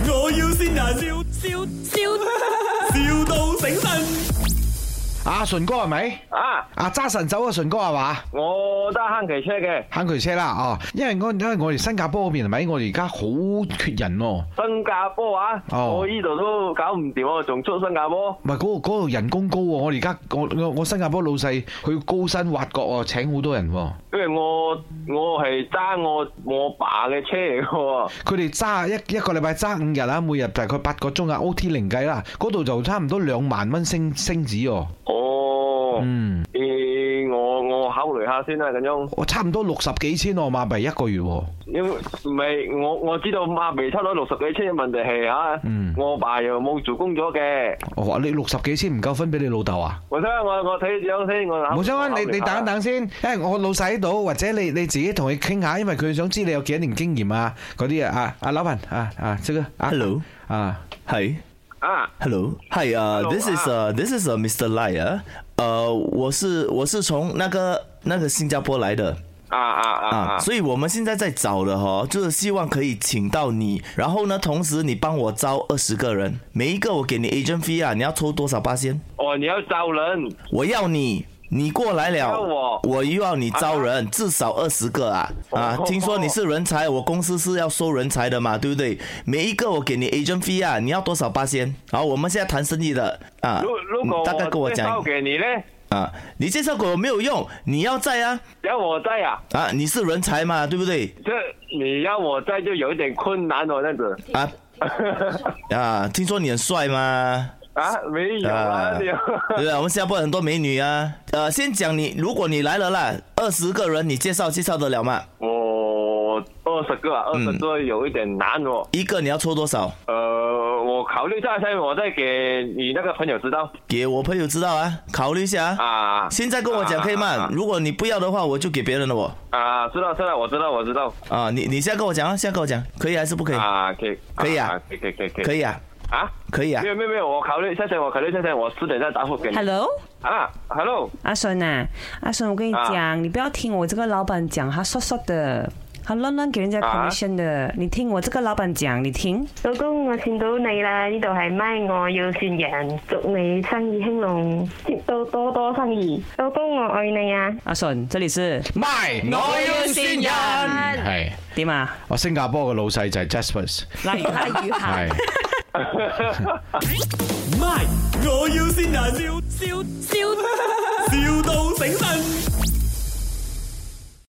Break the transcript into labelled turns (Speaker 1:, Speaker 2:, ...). Speaker 1: 要先人，笑笑笑，,笑到醒 神。
Speaker 2: 阿順哥係咪？
Speaker 3: 啊！
Speaker 2: 阿揸神走嘅順哥係嘛？
Speaker 3: 我得坑渠車嘅，
Speaker 2: 坑渠車啦哦，因為我因為我哋新加坡嗰邊係咪？我哋而家好缺人喎、
Speaker 3: 新加坡啊，
Speaker 2: 哦
Speaker 3: 我呢度都搞唔掂，啊我仲出新加坡。
Speaker 2: 唔係嗰度嗰度人工高喎、我哋而家我我我新加坡老細去高薪挖角喎、請好多人喎、
Speaker 3: 因為我我係揸我我爸嘅車嚟嘅喎，
Speaker 2: 佢哋揸一一個禮拜揸五日啦，每日大概八個鐘啊，OT 零計啦，嗰度就差唔多兩萬蚊升升子喎、
Speaker 3: 哦，
Speaker 2: 嗯，
Speaker 3: 誒、我我考慮下先啦，咁樣，
Speaker 2: 我差唔多六十幾千喎馬幣一個月喎、
Speaker 3: 因為唔係我我知道馬幣差到六十幾千嘅問題係嚇，
Speaker 2: 嗯
Speaker 3: 我爸又冇做工咗嘅，
Speaker 2: 我話你六十幾千唔夠分俾你老豆啊？
Speaker 3: 我睇下我我睇樣先，我考
Speaker 2: 冇相
Speaker 3: 啊
Speaker 2: 干，
Speaker 3: 我考
Speaker 2: 啊你
Speaker 3: 慮
Speaker 2: 你
Speaker 3: 下
Speaker 2: 等一等先，因為我老細喺度，或者你你自己同佢傾下，因為佢想知你有幾多年經驗啊，嗰啲啊啊，阿老闆啊啊，這個啊
Speaker 1: Hello，
Speaker 2: 啊，
Speaker 1: 嗨
Speaker 3: 啊，
Speaker 1: ，Hello，嗨啊
Speaker 3: Hello，
Speaker 1: ，This is
Speaker 3: 啊
Speaker 1: uh This is uh Mr. Lai 啊，呃，我是我是从那个那个新加坡来的。
Speaker 3: 啊啊啊
Speaker 1: 啊，
Speaker 3: 啊，
Speaker 1: 所以我们现在在找的哈，就是希望可以请到你，然后呢，同时你帮我招二十个人，每一个我给你 agent fee 啊，你要抽多少八仙？
Speaker 3: 哦，你要招人，
Speaker 1: 我要你，你过来了
Speaker 3: 要，我啊
Speaker 1: 又要你招人，至少二十个啊啊！
Speaker 3: 哦
Speaker 1: 听说你是人才，我公司是要收人才的嘛，对不对？每一个我给你 agent fee 啊，你要多少八仙？好，我们现在谈生意的啊
Speaker 3: 如如，果
Speaker 1: 嗯大概跟我
Speaker 3: 介绍
Speaker 1: 讲
Speaker 3: 给你呢，
Speaker 1: 啊，你介绍给我没有用，你要在啊
Speaker 3: 要我在啊，
Speaker 1: 啊，你是人才嘛，对不对？
Speaker 3: 这你要我在就有一点困难哦，这样子。
Speaker 1: 啊啊，听说你很帅嘛。
Speaker 3: 啊，没有啊，没有。
Speaker 1: 对啊，我们新加坡很多美女啊。呃，先讲你，如果你来了啦，二十个人，你介绍介绍得了吗？
Speaker 3: 我二十个啊，二十个有一点难哦。
Speaker 1: 一个你要抽多少？
Speaker 3: 呃，我考虑一下先，我再给你那个朋友知道
Speaker 1: 给我朋友知道啊，考虑一下啊。
Speaker 3: 啊。
Speaker 1: 现在跟我讲可以
Speaker 3: 啊
Speaker 1: 吗
Speaker 3: 啊？
Speaker 1: 如果你不要的话，我就给别人了我。
Speaker 3: 啊，知道知道，我知道我知道。
Speaker 1: 啊，你你现在跟我讲啊，现在跟我讲，可以还是不可以？
Speaker 3: 啊，可以
Speaker 1: 哎可以啊
Speaker 3: 可以可以可以可
Speaker 1: 可
Speaker 3: 以
Speaker 1: 以啊，
Speaker 3: 啊。
Speaker 1: 可以啊
Speaker 3: 没。有没有没有，我考虑一下先，我考虑一下先，我十点再答复给你。
Speaker 4: Hello，
Speaker 3: 啊，Hello，
Speaker 4: 阿顺啊，阿顺，我跟你讲，你不要听我这个老板讲，他说说的，他乱乱给人家
Speaker 3: 啊
Speaker 4: commission 的。你听我这个老板讲，你听。
Speaker 5: 老公，我見到你啦，呢度係咪我要善人，祝你生意興隆，接到多多生意。老公，我愛你啊！
Speaker 4: 阿顺，这里是
Speaker 2: 賣
Speaker 4: 我要先人
Speaker 2: 係
Speaker 4: 点啊？
Speaker 2: 我新加坡嘅老細就係 Jaspers，
Speaker 4: 例如下雨 下。
Speaker 2: 係。
Speaker 1: 唔
Speaker 6: 我要先人，笑笑笑，,笑到醒神。